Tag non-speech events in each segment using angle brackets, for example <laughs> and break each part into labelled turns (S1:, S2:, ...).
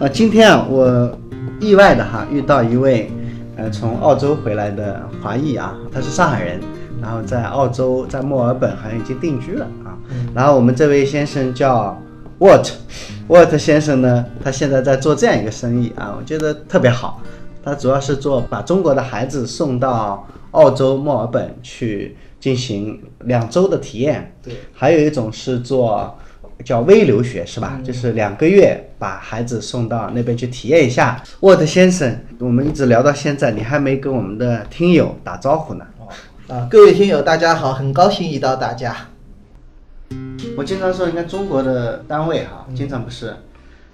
S1: 呃，今天啊，我意外的哈遇到一位，呃，从澳洲回来的华裔啊，他是上海人，然后在澳洲，在墨尔本好像已经定居了啊。然后我们这位先生叫 What，What 先生呢，他现在在做这样一个生意啊，我觉得特别好。他主要是做把中国的孩子送到澳洲墨尔本去进行两周的体验，
S2: 对，
S1: 还有一种是做叫微留学，是吧？就是两个月把孩子送到那边去体验一下。沃特先生，我们一直聊到现在，你还没跟我们的听友打招呼呢。
S2: 啊，各位听友大家好，很高兴遇到大家。
S1: 我经常说，你看中国的单位哈、
S2: 嗯
S1: 经常不是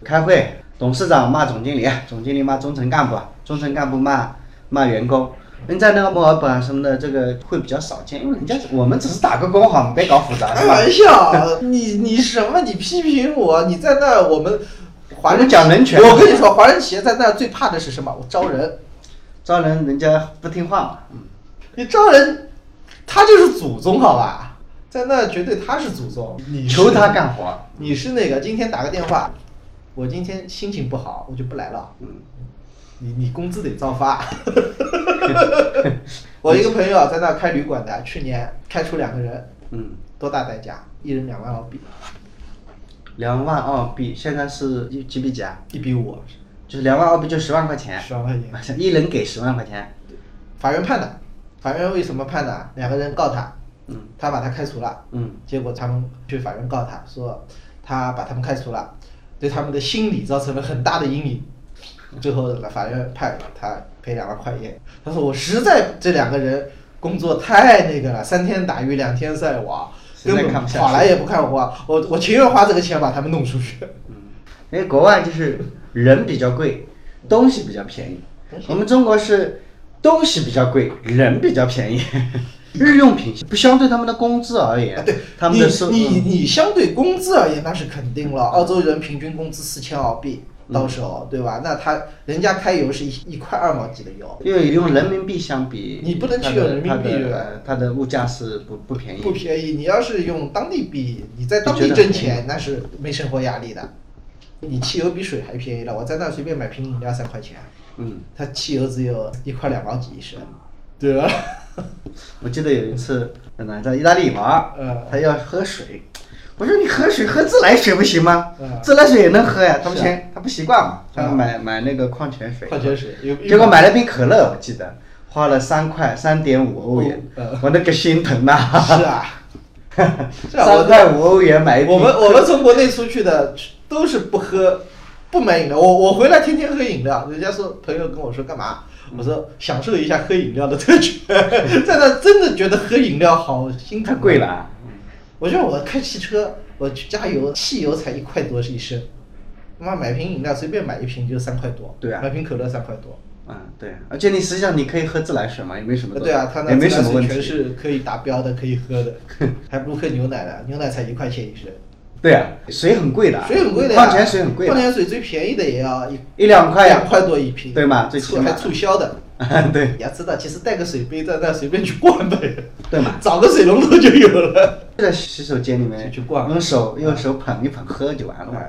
S1: 开会，董事长骂总经理，总经理骂中层干部，啊中层干部骂骂员工。人在那个墨尔本啊什么的，这个会比较少见，因为人家我们只是打个工哈，别搞复杂，
S2: 开
S1: 是吧？
S2: 玩笑，你你什么？你批评我？你在那儿我们华
S1: 我
S2: 人
S1: 们讲人权
S2: 我跟你说，华人企业在那儿最怕的是什么？我招人，
S1: 招人人家不听话嘛。
S2: 你招人，他就是祖宗，好吧？在那儿绝对他是祖宗，你是
S1: 求他干活。
S2: 你是那个今天打个电话，我今天心情不好，我就不来了。
S1: 嗯，
S2: 你你工资得照 <laughs> 发。我一个朋友在那儿开旅馆的，去年开除两个人，
S1: 嗯，
S2: 多大代价？一人两万澳币，
S1: 两万澳币现在是一几比几啊？
S2: 一比五，
S1: 就是两万澳币就十万块钱，
S2: 十万块钱。
S1: 一人给十万块钱。
S2: 法院判的，法院为什么判的？两个人告他，
S1: 嗯
S2: 他把他开除了，
S1: 嗯
S2: 结果他们去法院告他说，他把他们开除了，对他们的心理造成了很大的阴影。最后法院判他赔两万块钱。他说我实在这两个人工作太那个了，三天打鱼两天晒网，
S1: 实
S2: 根
S1: 在
S2: 本
S1: 看不下去
S2: 跑来也不看我，我我情愿花这个钱把他们弄出去。
S1: 嗯，因为国外就是人比较贵，东西比较便宜。我们中国是东西比较贵，人比较便宜。 <laughs> 日用品不相对他们的工资而言，对他们的收
S2: 啊你你
S1: 嗯
S2: 你相对工资而言那是肯定了，澳洲人平均工资四千澳币，
S1: 嗯
S2: 到时候、对吧？那他人家开油是一一块二毛几的油，
S1: 因为用人民币相比，
S2: 你不能
S1: 它
S2: 去
S1: 的
S2: 用人民
S1: 它
S2: 币对
S1: 的
S2: 吧
S1: 呃它的物价是不不便宜，
S2: 不便宜。你要是用当地币，你在当
S1: 就
S2: 地
S1: 觉得
S2: 挣
S1: 便
S2: 钱那是没生活压力的。你汽油比水还便宜了，我在那随便买瓶饮料三块钱，
S1: 嗯。
S2: 它汽油只有一块两毛几一升，对吧？
S1: 我记得有一次，嗯，在意大利玩儿，
S2: 嗯
S1: 他要喝水，我说你喝水喝自来水不行吗
S2: 嗯？
S1: 自来水也能喝呀，他不
S2: 是啊
S1: 嫌他不习惯嘛，他
S2: 嗯
S1: 买买那个矿泉水，
S2: 矿泉水有
S1: 结果买了瓶可乐，我记得花了三块三点五欧元
S2: 嗯，
S1: 我那个心疼呐，
S2: <laughs> <laughs>
S1: <laughs>
S2: 是啊，是啊，
S1: 三
S2: 我
S1: 块五欧元买一瓶，
S2: 我们我们从国内出去的都是不喝不买饮料，我我回来天天喝饮料，人家说朋友跟我说干嘛？我说享受一下喝饮料的
S1: <laughs>
S2: 特权，在那真的觉得喝饮料好心
S1: 太
S2: 疼，
S1: 贵了。啊。
S2: 我觉得我开汽车，我去加油，汽油才一块多一升，妈买瓶饮料随便买一瓶就三块多，
S1: 对啊
S2: 买瓶可乐三块多，
S1: 嗯，对，而且你实际上你可以喝自来水嘛，也没什么
S2: 呃
S1: 多，
S2: 对啊，他
S1: 也
S2: 那
S1: 没
S2: 自
S1: 什
S2: 来
S1: 么问
S2: 水
S1: 题，
S2: 全是可以达标的，可以
S1: <laughs>
S2: 喝的，还不如喝牛奶呢，牛奶才一块钱一升。
S1: 对啊，水很贵的啊，
S2: 水很贵的呀，
S1: 矿泉水很贵的，
S2: 矿泉水最便宜的也要一
S1: 一两块
S2: 两块多一瓶，
S1: 对嘛最起
S2: 促
S1: 码
S2: 还促销的。
S1: <laughs> 对
S2: 你要知道，其实带个水杯在那随便去逛的，
S1: 对嘛，
S2: 找个水龙头就有了。
S1: 就在洗手间里面
S2: 去逛啊
S1: 用手用手捧一捧喝就完了嘛。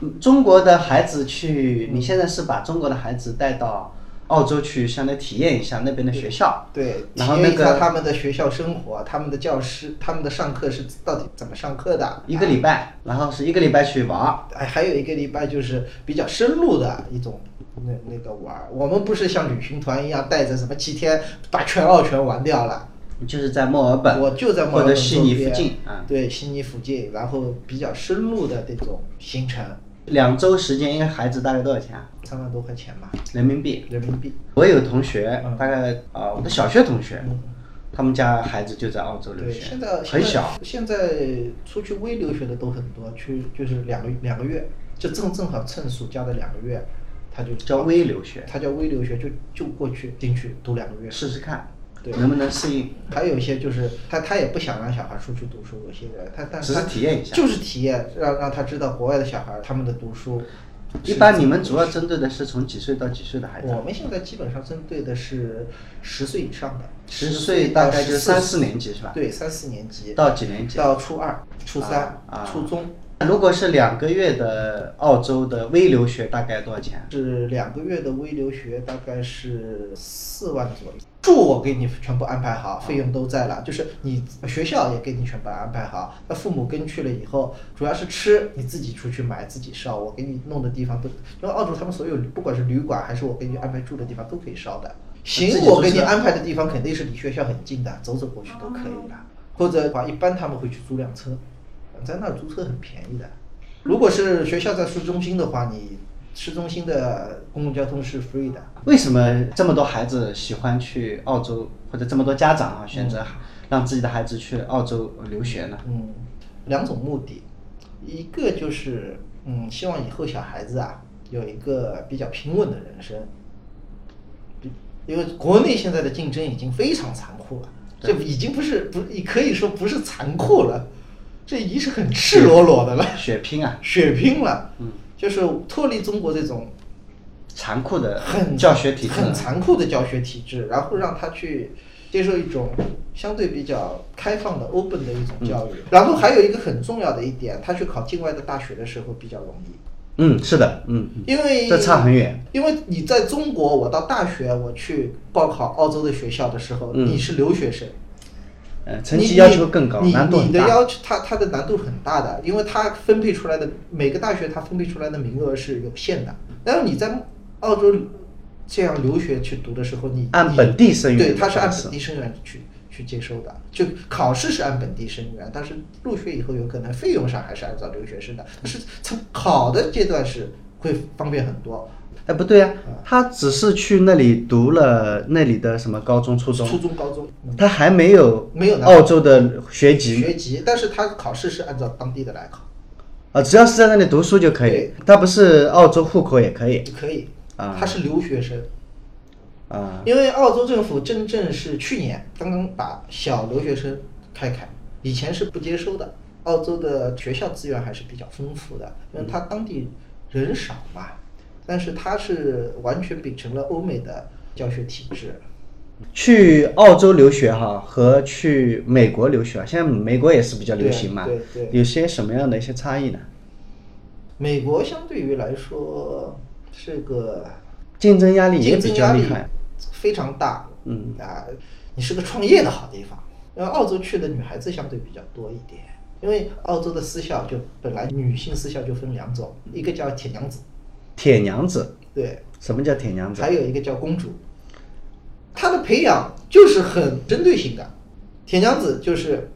S1: 嗯中国的孩子去，你现在是把中国的孩子带到澳洲去，相当于体验一下那边的学校。
S2: 对，体
S1: 然后
S2: 验
S1: 那
S2: 一
S1: 个
S2: 下他们的学校生活，他们的教师，他们的上课是到底怎么上课的？
S1: 一个礼拜，然后是一个礼拜去玩儿，
S2: 哎，还有一个礼拜就是比较深入的一种那那个玩儿。我们不是像旅行团一样带着什么七天把全澳全玩掉了，
S1: 就是在墨尔本，
S2: 我就在墨
S1: 或
S2: 尔
S1: 者
S2: 本
S1: 悉
S2: 周
S1: 尼附
S2: 边
S1: 近啊。
S2: 对，悉尼附近，然后比较深入的这种行程，
S1: 两周时间，一个孩子大概多少钱啊？
S2: 三万多块钱吧，
S1: 人民币。
S2: 人民币。
S1: 我有同学，
S2: 嗯
S1: 大概啊、我的小学同学
S2: 嗯，
S1: 他们家孩子就在澳洲留
S2: 对，
S1: 学，
S2: 现在
S1: 很小，。
S2: 现在现在出去微留学的都很多，去就是两个两个月，就正正好趁暑假的两个月，他就
S1: 叫微留学，
S2: 他叫微留学，就就过去进去读两个月。
S1: 试试看
S2: 对
S1: 能不能适应。
S2: 还有一些就是他他也不想让小孩出去读书，有些人他但
S1: 只
S2: 他
S1: 是体验一下
S2: 就是体验，让让他知道国外的小孩他们的读书。
S1: 一般你们主要针对的是从几岁到几岁的孩子？
S2: 我们现在基本上针对的是十岁以上的，
S1: 10岁
S2: 岁
S1: 大
S2: 到
S1: 概就
S2: 14
S1: 3-4年级是吧
S2: 对，三四年级
S1: 到几年级
S2: 到初二、初三
S1: 啊啊、
S2: 初中，
S1: 如果是两个月的澳洲的微留学，大概多少钱？
S2: 是两个月的微留学，大概是四万左右。啊住我给你全部安排好，费用都在了，就是你学校也给你全部安排好。那父母跟去了以后，主要是吃，你自己出去买自己烧，我给你弄的地方都，因为澳洲他们所有不管是旅馆还是我给你安排住的地方都可以烧的。
S1: 自
S2: 行，
S1: 己住
S2: 我给你
S1: 是吧
S2: 安排的地方肯定是离学校很近的，走走过去都可以的。或者的话，一般他们会去租辆车，在那儿租车很便宜的。如果是学校在市中心的话，你市中心的公共交通是 free 的。
S1: 为什么这么多孩子喜欢去澳洲，或者这么多家长啊选择让自己的孩子去澳洲留学呢？
S2: 嗯，两种目的，一个就是嗯，希望以后小孩子啊有一个比较平稳的人生，比因为国内现在的竞争已经非常残酷了，这已经不是不也可以说不是残酷了，这已经是很赤裸裸的了，
S1: 血拼啊，
S2: 血拼了，
S1: 嗯，
S2: 就是脱离中国这种
S1: 残酷的
S2: 很
S1: 教学体制，
S2: 很残酷的教学体制，然后让他去接受一种相对比较开放的 open 的一
S1: 嗯
S2: 种教育。然后还有一个很重要的一点，他去考境外的大学的时候比较容易，
S1: 嗯，是的，嗯，嗯
S2: 因为
S1: 这差很远。
S2: 因为你在中国，我到大学我去报考澳洲的学校的时候，
S1: 嗯
S2: 你是留学生，
S1: 呃，成
S2: 你
S1: 绩要求更高，
S2: 你
S1: 难度
S2: 你
S1: 很
S2: 的
S1: 大。
S2: 要求，它它的难度很大的，因为它分配出来的每个大学它分配出来的名额是有限的。然后你在澳洲这样留学去读的时候，你
S1: 按
S2: 你
S1: 本地生源
S2: 对，它是按
S1: 是
S2: 本地生源去去接收的，就考试是按本地生源，但是入学以后有可能费用上还是按照留学生的，但是从考的阶段是会方便很多。
S1: 哎，不对啊，他只是去那里读了那里的什么高中、初中，
S2: 初中、高中，嗯
S1: 他还没有
S2: 没有拿到
S1: 澳洲的学籍
S2: 学籍，但是它考试是按照当地的来考，
S1: 啊，只要是在那里读书就可以
S2: 对。
S1: 他不是澳洲户口也可以
S2: 也可以，
S1: 啊
S2: 它是留学生。
S1: 啊，
S2: 因为澳洲政府真正是去年刚刚把小留学生开开，以前是不接收的。澳洲的学校资源还是比较丰富的，因为它当地人少嘛，但是它是完全秉承了欧美的教学体制。
S1: 去澳洲留学哈和去美国留学啊，现在美国也是比较流行嘛，
S2: 对啊对对
S1: 有些什么样的一些差异呢？
S2: 美国相对于来说是个
S1: 竞争压力也
S2: 竞
S1: 比
S2: 争
S1: 较
S2: 压
S1: 厉
S2: 力
S1: 害，
S2: 非常大。
S1: 嗯
S2: 啊，你是个创业的好地方。因为澳洲去的女孩子相对比较多一点，因为澳洲的私校就本来女性私校就分两种，一个叫铁娘子，
S1: 铁娘子，
S2: 对，
S1: 什么叫铁娘子
S2: 还？有一个叫公主。她的培养就是很针对性的，铁娘子就是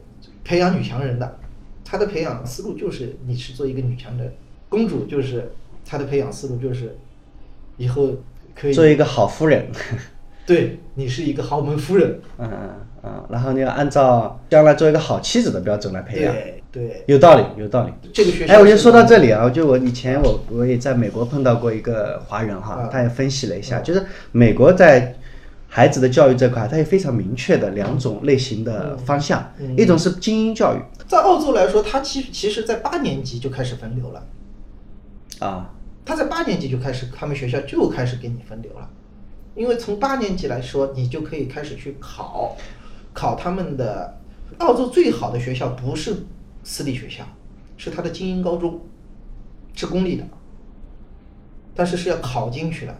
S2: 培养女强人的，她的培养思路就是你是做一个女强人，公主就是她的培养思路就是以后可以
S1: 做一个好夫人，
S2: 对你是一个豪门夫人，
S1: 嗯嗯嗯，然后你要按照将来做一个好妻子的标准来培养，
S2: 对对，
S1: 有道理，有道理。
S2: 这个学校
S1: 哎，我就是说到这里啊，就我以前我我也在美国碰到过一个华人哈
S2: 嗯，
S1: 他也分析了一下，就是美国在孩子的教育这块，他有非常明确的两种类型的方向，
S2: 嗯
S1: 一种是精英教育
S2: 在澳洲来说，它其其实在八年级就开始分流了，
S1: 啊，
S2: 它在八年级就开始，他们学校就开始给你分流了，因为从八年级来说，你就可以开始去考，考他们的澳洲最好的学校不是私立学校，是它的精英高中，是公立的，但是是要考进去的。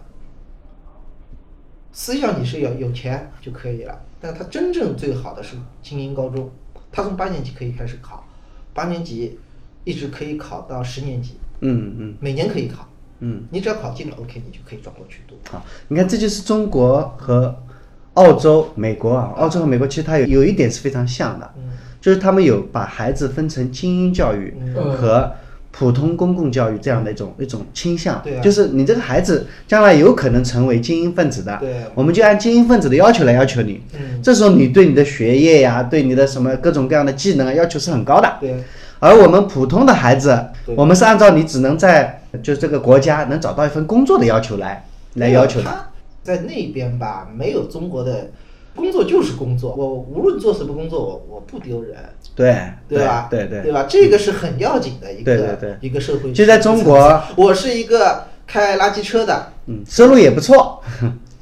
S2: 私校你是要有钱就可以了，但他真正最好的是精英高中，他从八年级可以开始考，八年级一直可以考到十年级，
S1: 嗯嗯
S2: 每年可以考，
S1: 嗯，
S2: 你只要考进了 OK，你就可以转过去读。
S1: 好，你看这就是中国和澳洲、美国啊，澳洲和美国其实它有有一点是非常像的，
S2: 嗯
S1: 就是他们有把孩子分成精英教育
S2: 嗯
S1: 和普通公共教育这样的一种一种倾向
S2: 对，啊
S1: 就是你这个孩子将来有可能成为精英分子的
S2: 对，
S1: 我们就按精英分子的要求来要求你。
S2: 嗯，
S1: 这时候你对你的学业呀，对你的什么各种各样的技能啊要求是很高的。
S2: 对，
S1: 而我们普通的孩子
S2: 对，
S1: 我们是按照你只能在就这个国家能找到一份工作的要求来来要求的。
S2: 他在那边吧，没有中国的工作就是工作，我无论做什么工作，我我不丢人，
S1: 对
S2: 对吧？
S1: 对
S2: 对，
S1: 对
S2: 吧？这个是很要紧的一个
S1: 对对对
S2: 一个社会。
S1: 就在中国，
S2: 我是一个开垃圾车的
S1: 嗯，收入也不
S2: <laughs>
S1: 错，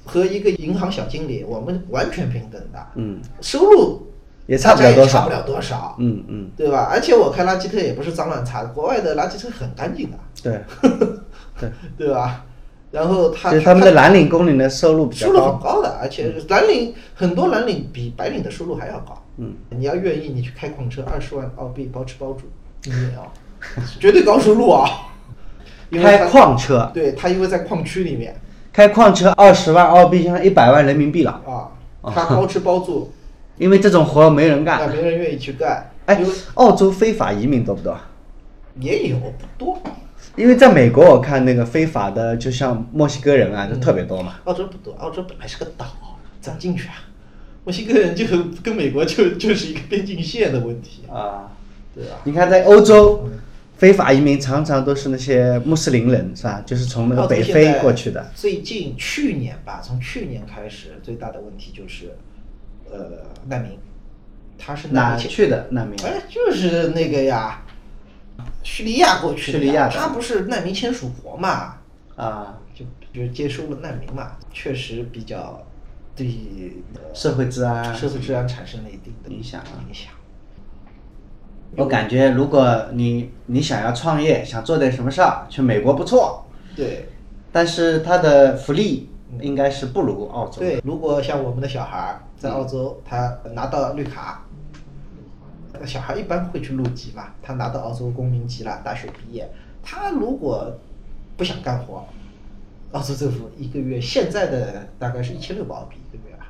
S2: 和一个银行小经理，我们完全平等的，
S1: 嗯，
S2: 收入
S1: 也差不了多
S2: 差
S1: 少
S2: 不。了多少，
S1: 嗯嗯，
S2: 对吧？而且我看垃圾车也不是脏乱差，国外的垃圾车很干净的，
S1: 对，对，
S2: <laughs> 对吧？然后他
S1: 就是他们的蓝领、工领的收入比较
S2: 收入很
S1: 高。
S2: 高的，而且蓝领很多蓝领比白领的收入还要高。
S1: 嗯，
S2: 你要愿意，你去开矿车，二十万澳币包吃包住，你也要， <laughs> 绝对高收入啊！
S1: <laughs>
S2: 因为
S1: 开
S2: 他
S1: 矿车，
S2: 对他因为在矿区里面
S1: 开矿车二十万澳币，相当于一百万人民币了。
S2: 啊，他包吃包住，
S1: 因为这种活没人
S2: 那
S1: 哦 <laughs> 干。
S2: 没人愿意去干。
S1: 哎
S2: 因为，
S1: 澳洲非法移民多不多？
S2: 也有不多，
S1: 因为在美国，我看那个非法的，就像墨西哥人啊，就特别多嘛。
S2: 嗯澳洲不多，澳洲本来是个岛，怎么进去啊？墨西哥人就很跟美国就就是一个边境线的问题，
S1: 啊，
S2: 对吧？
S1: 你看在欧洲，非法移民常常都是那些穆斯林人，是吧？就是从那个
S2: 澳洲
S1: 北
S2: 现
S1: 非
S2: 在
S1: 过去的。
S2: 最近去年吧，从去年开始，最大的问题就是，呃，难民，他是
S1: 哪
S2: 难民
S1: 去的难民？啊
S2: 哎，就是那个呀，叙利亚过去的呀，
S1: 叙利亚的
S2: 他不是难民签署国嘛，
S1: 啊，
S2: 就就接收了难民嘛，确实比较对呃
S1: 社会治安。
S2: 社会治安产生了一定的
S1: 影响啊
S2: 影响。
S1: 我感觉，如果你你想要创业，想做点什么事儿，去美国不错，
S2: 对
S1: 但是它的福利应该是不如澳洲。，
S2: 对，如果像我们的小孩儿在澳洲，他拿到绿卡，呃小孩一般会去入籍嘛，他拿到澳洲公民籍了，大学毕业，他如果不想干活，澳洲政府一个月现在的大概是一千六百澳币一个月吧，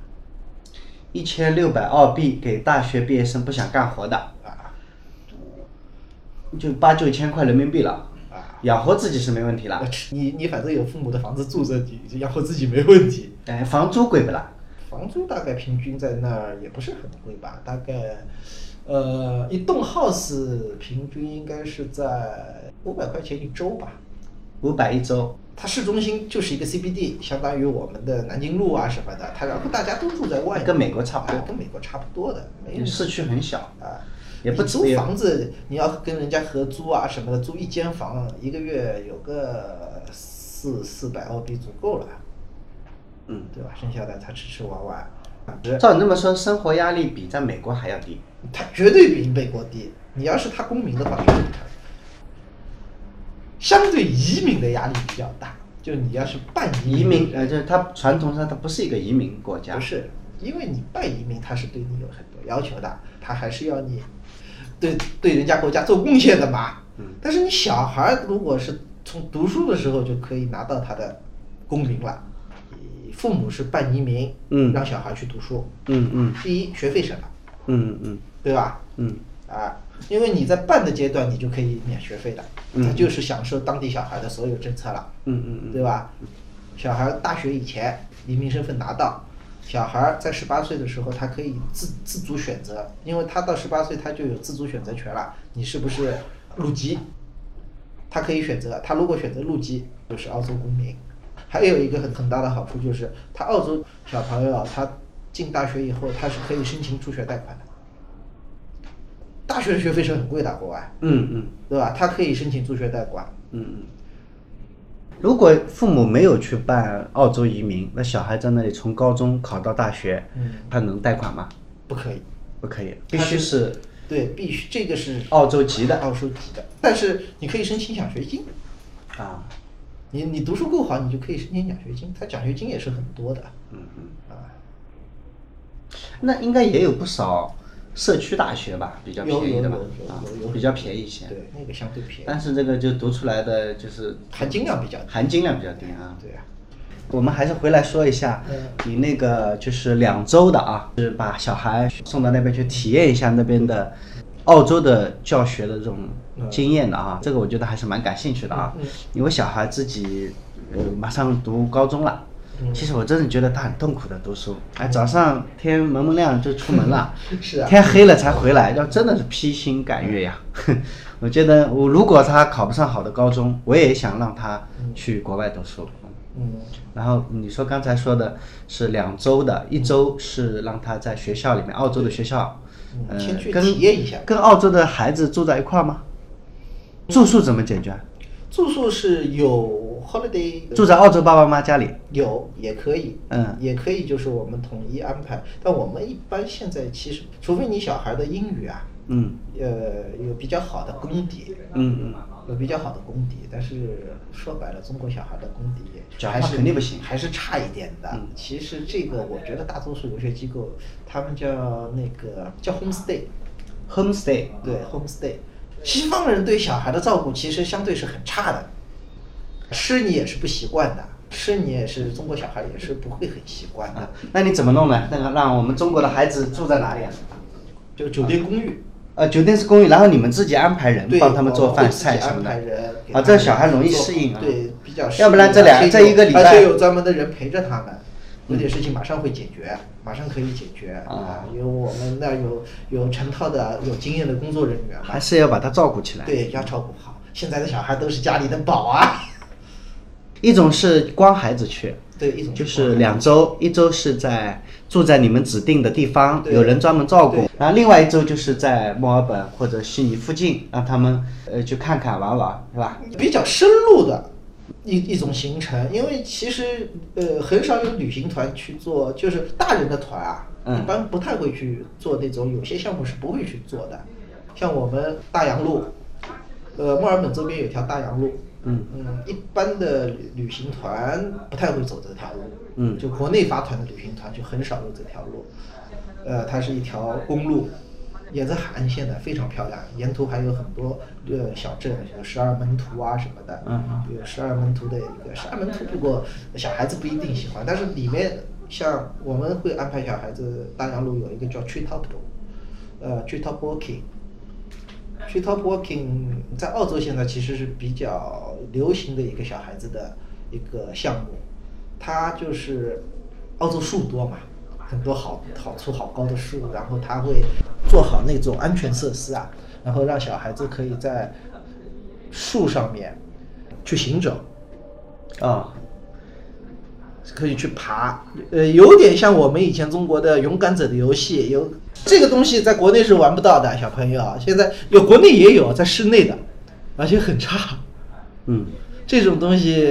S1: 一千六百澳币给大学毕业生不想干活的，
S2: 啊
S1: 就八九千块人民币了，
S2: 啊。
S1: 养活自己是没问题了
S2: 呃。 <laughs> 你你反正有父母的房子住着，你就养活自己没问题。
S1: 哎，房租贵不啦？
S2: 房租大概平均在那儿也不是很贵吧，大概，呃，一栋 house 平均应该是在五百块钱一周吧。
S1: 五百一周。
S2: 它市中心就是一个 CBD，相当于我们的南京路啊什么的，它然后大家都住在外面，
S1: 跟美国差不多
S2: 啊跟美国差不多的，没有
S1: 市区很小，
S2: 啊。
S1: 也不
S2: 你
S1: 止
S2: 租
S1: 也
S2: 房子，你要跟人家合租啊什么的，租一间房一个月有个四四百澳币足够了，
S1: 嗯，
S2: 对吧？剩下的他吃吃玩玩，啊
S1: 照你这么说，生活压力比在美国还要低。
S2: 他绝对比美国低。你要是他公民的话，绝对比他低相对移民的压力比较大。就你要是半
S1: 移
S2: 移
S1: 民，呃，就是它传统上它不是一个移民国家，
S2: 不是，因为你半移民，他是对你有很多要求的，他还是要你对对人家国家做贡献的嘛。
S1: 嗯
S2: 但是你小孩儿如果是从读书的时候就可以拿到他的公民了，你父母是半移民，
S1: 嗯
S2: 让小孩去读书，
S1: 嗯嗯
S2: 第一学费省了，
S1: 嗯嗯
S2: 对吧？
S1: 嗯，
S2: 啊，因为你在办的阶段你就可以免学费的，
S1: 嗯
S2: 他就是享受当地小孩的所有政策了。
S1: 嗯嗯
S2: 对吧？小孩大学以前移民身份拿到，小孩在十八岁的时候，他可以自自主选择，因为他到十八岁他就有自主选择权了，你是不是入籍？他可以选择，他如果选择入籍，就是澳洲公民。还有一个很很大的好处就是，他澳洲小朋友啊他进大学以后，他是可以申请助学贷款的。大学的学费是很贵的，国外，
S1: 嗯嗯
S2: 对吧？他可以申请助学贷款，
S1: 嗯嗯。如果父母没有去办澳洲移民，那小孩在那里从高中考到大学，
S2: 嗯
S1: 他能贷款吗？
S2: 不可以。
S1: 不可以，必须是
S2: 对，必须这个是
S1: 澳洲籍的
S2: 澳洲籍的。但是你可以申请奖学金，
S1: 啊，
S2: 你你读书够好，你就可以申请奖学金，它奖学金也是很多的。
S1: 嗯嗯，
S2: 啊，
S1: 那应该也有不少社区大学吧，比较
S2: 有
S1: 便宜
S2: 有有
S1: 的吧
S2: 有，
S1: 啊
S2: 有有，
S1: 比较便宜一些。
S2: 对，那个相对便宜，
S1: 但是这个就读出来的就是
S2: 含金量比较低。
S1: 含金量比较低啊。
S2: 对啊，
S1: 我们还是回来说一下
S2: 嗯，
S1: 你那个就是两周的啊，就是把小孩送到那边去体验一下那边的澳洲的教学的这种经验的啊，这个我觉得还是蛮感兴趣的啊
S2: 嗯嗯嗯，
S1: 因为小孩自己呃马上读高中了。
S2: 嗯
S1: 其实我真的觉得他很痛苦的读书，哎，早上天蒙蒙亮就出门了，
S2: <laughs> 是啊
S1: 天黑了才回来，要真的是披星赶月呀。 <laughs> 我觉得我如果他考不上好的高中，我也想让他去国外读书。
S2: 嗯，
S1: 然后你说刚才说的是两周的，一周是让他在学校里面，澳洲的学校，
S2: 嗯
S1: 呃
S2: 先去
S1: 跟
S2: 体验一下
S1: 跟澳洲的孩子住在一块儿吗？住宿怎么解决？
S2: 住宿是有
S1: 啊
S2: holiday 呃
S1: 住在澳洲爸爸妈妈家里，
S2: 有也可以，
S1: 嗯
S2: 也可以就是我们统一安排，但我们一般现在其实，除非你小孩的英语啊，
S1: 嗯
S2: 呃，有比较好的功底，
S1: 嗯嗯，
S2: 有比较好的功底，但是说白了，中国小孩的功底
S1: 讲
S2: 还
S1: 话
S2: 是
S1: 肯定不行
S2: 还是差一点的。
S1: 嗯
S2: 其实这个我觉得大多数留学机构，他们叫那个叫 homestay，
S1: ，homestay，
S2: 对 homestay，西方人对小孩的照顾其实相对是很差的，吃你也是不习惯的，吃你也是中国小孩也是不会很习惯的
S1: 啊，，那你怎么弄呢？那个让我们中国的孩子住在哪里啊？
S2: 就酒店公寓。
S1: 呃，酒店是公寓，然后你们自己安排人
S2: 对
S1: 帮他们做
S2: 我
S1: 饭
S2: 会自己
S1: 菜什么
S2: 安排人
S1: 的。
S2: 给他
S1: 啊，
S2: 们
S1: 这小孩容易
S2: 做
S1: 适应啊。
S2: 对，比较适应。
S1: 要不然这
S2: 而
S1: 两
S2: 且
S1: 这一个
S2: 有
S1: 礼
S2: 而且
S1: 拜
S2: 有专门的人陪着他们。有点事情马上会解决，马上可以解决
S1: 啊
S2: 因为我们那儿有有成套的有经验的工作人员嘛
S1: 还，是要把他照顾起来。，
S2: 对，要照顾好。现在的小孩都是家里的宝啊，
S1: 一种是光孩子去，
S2: 对，一种
S1: 就是两周，一周是在住在你们指定的地方，
S2: 对
S1: 有人专门照顾
S2: 对，
S1: 然后另外一周就是在墨尔本或者悉尼附近，让他们呃去看看玩玩，是吧？
S2: 比较深入的一一种行程，因为其实呃很少有旅行团去做，就是大人的团啊，
S1: 嗯
S2: 一般不太会去做那种，有些项目是不会去做的，像我们大洋路，呃墨尔本周边有条大洋路。
S1: 嗯
S2: 一般的旅旅行团不太会走这条路，
S1: 嗯
S2: 就国内发团的旅行团就很少有这条路，呃，它是一条公路，沿着海岸线的，非常漂亮，沿途还有很多呃小镇，有十二门徒啊什么的，
S1: 嗯，
S2: 有十二门徒的一个十二门徒，不过小孩子不一定喜欢，但是里面像我们会安排小孩子大洋路有一个叫 tree top，呃 tree top walking。Tree Top Walking 在澳洲现在其实是比较流行的一个小孩子的一个项目，它就是澳洲树多嘛，很多好好粗好高的树，然后它会做好那种安全设施啊，然后让小孩子可以在树上面去行走，
S1: 啊、
S2: 可以去爬，呃，有点像我们以前中国的勇敢者的游戏，有这个东西在国内是玩不到的，小朋友啊，现在有国内也有在室内的，而且很差。
S1: 嗯，
S2: 这种东西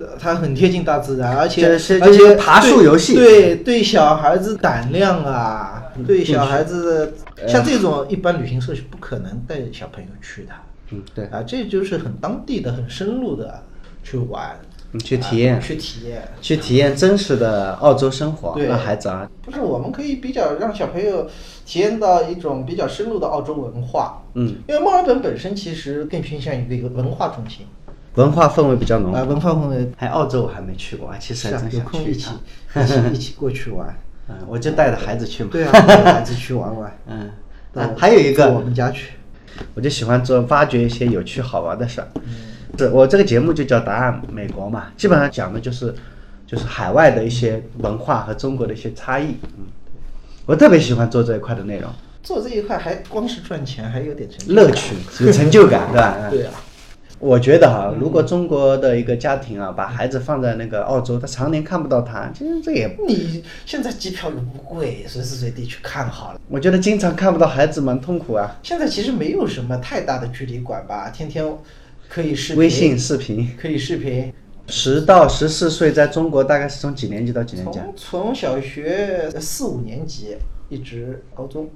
S2: 呃它很贴近大自然，而且
S1: 就是
S2: 而
S1: 就是
S2: 且
S1: 爬树
S2: 对
S1: 游戏
S2: 对对小孩子胆量啊，对
S1: 进
S2: 小
S1: 去
S2: 孩子
S1: 呃
S2: 像这种一般旅行社是不可能带小朋友去的。
S1: 嗯对
S2: 啊，这就是很当地的、很深入的去玩，
S1: 你去体验
S2: 啊去体验。
S1: 去体验真实的澳洲生活，
S2: 对
S1: 让孩子啊，
S2: 不是，我们可以比较让小朋友体验到一种比较深入的澳洲文化。
S1: 嗯，
S2: 因为墨尔本本身其实更偏向于一个文化中心，
S1: 文化氛围比较浓。
S2: 啊，文化氛围
S1: 还澳洲我还没去过，其实
S2: 是
S1: 还
S2: 啊
S1: 真
S2: 有
S1: 想
S2: 空
S1: 去
S2: 一起
S1: 趟。
S2: 一 <laughs> 起一起过
S1: <laughs>
S2: 去玩。
S1: 嗯，我就带着孩子去嘛。
S2: 对
S1: <laughs>
S2: 啊，带孩子去玩玩。
S1: 嗯，
S2: 到
S1: 啊还有一
S2: 到我
S1: 个，
S2: 们家去。
S1: 我就喜欢做挖掘一些有趣好玩的事儿。
S2: 嗯
S1: 这我这个节目就叫《答案美国》嘛，基本上讲的就是就是海外的一些文化和中国的一些差异。嗯，我特别喜欢做这一块的内容，
S2: 做这一块还光是赚钱，还有点成就感
S1: 乐趣有成就感，对吧？
S2: <laughs> 对啊，
S1: 我觉得哈，如果中国的一个家庭啊，把孩子放在那个澳洲，他常年看不到他，其实这也
S2: 你现在机票又不贵，随时随地去看好了。
S1: 我觉得经常看不到孩子蛮痛苦啊。
S2: 现在其实没有什么太大的距离感吧，天天可以视频，
S1: 微信视频，
S2: 可以视频。
S1: 十到十四岁在中国大概是从几年级到几年级啊？
S2: 从从小学四五年级一直高中，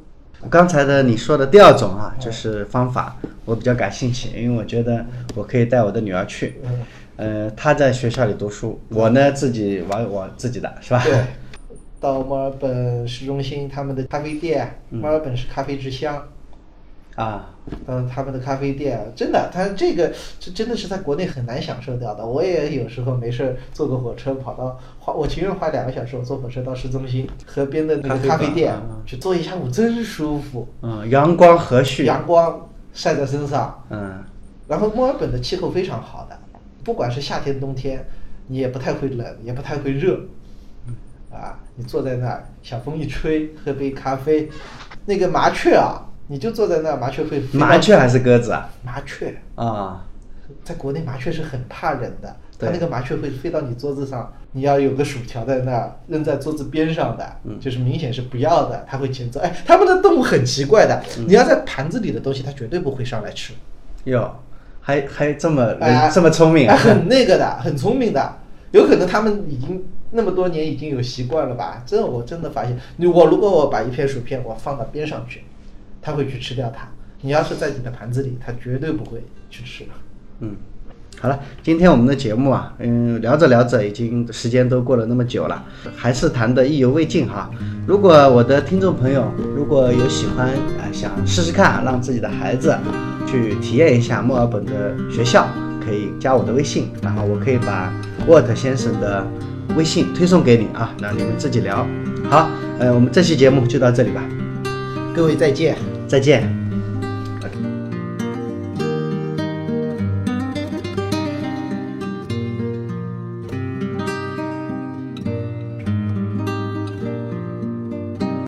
S1: 刚才的你说的第二种啊，就是方法，我比较感兴趣，因为我觉得我可以带我的女儿去。
S2: 嗯，
S1: 呃，她在学校里读书，我呢自己玩我自己的，是吧？
S2: 对，到墨尔本市中心他们的咖啡店，
S1: 嗯
S2: 墨尔本是咖啡之乡。
S1: <laughs> 啊，
S2: 呃，他们的咖啡店真的，他这个这真的是在国内很难享受掉的。我也有时候没事儿坐个火车跑到花，我情愿花两个小时，我坐火车到市中心河边的那个
S1: 咖
S2: 咖
S1: 啡
S2: 啡
S1: 馆
S2: 店
S1: 嗯
S2: 去坐一下午，真舒服，
S1: 嗯，阳光和煦，
S2: 阳光晒在身上。
S1: 嗯，
S2: 然后墨尔本的气候非常好的，不管是夏天冬天，你也不太会冷，也不太会热，
S1: 嗯
S2: 啊，你坐在那儿，小风一吹，喝杯咖啡，那个麻雀啊，你就坐在那儿，麻雀会飞到
S1: 麻雀还是鸽子啊？
S2: 麻雀，
S1: 啊，
S2: 在国内麻雀是很怕人的，它
S1: 对
S2: 那个麻雀会飞到你桌子上，你要有个薯条在那儿扔在桌子边上的，
S1: 嗯
S2: 就是明显是不要的，它会捡走。哎，
S1: 嗯
S2: 它们的动物很奇怪的，你要在盘子里的东西，它绝对不会上来吃。
S1: 哟，还还这么
S2: 哎
S1: 人这么聪明啊
S2: <laughs> 哎！很那个的，很聪明的，有可能他们已经那么多年已经有习惯了吧？这我真的发现，你我如果我把一片薯片我放到边上去，他会去吃掉它。你要是在你的盘子里，他绝对不会去吃。
S1: 嗯，好了，今天我们的节目啊，嗯，聊着聊着，已经时间都过了那么久了，还是谈的意犹未尽哈。如果我的听众朋友如果有喜欢啊、呃想试试看，让自己的孩子去体验一下墨尔本的学校，可以加我的微信，然后我可以把沃特先生的微信推送给你啊，那你们自己聊。好，呃，我们这期节目就到这里吧，
S2: 各位再见。
S1: 再见。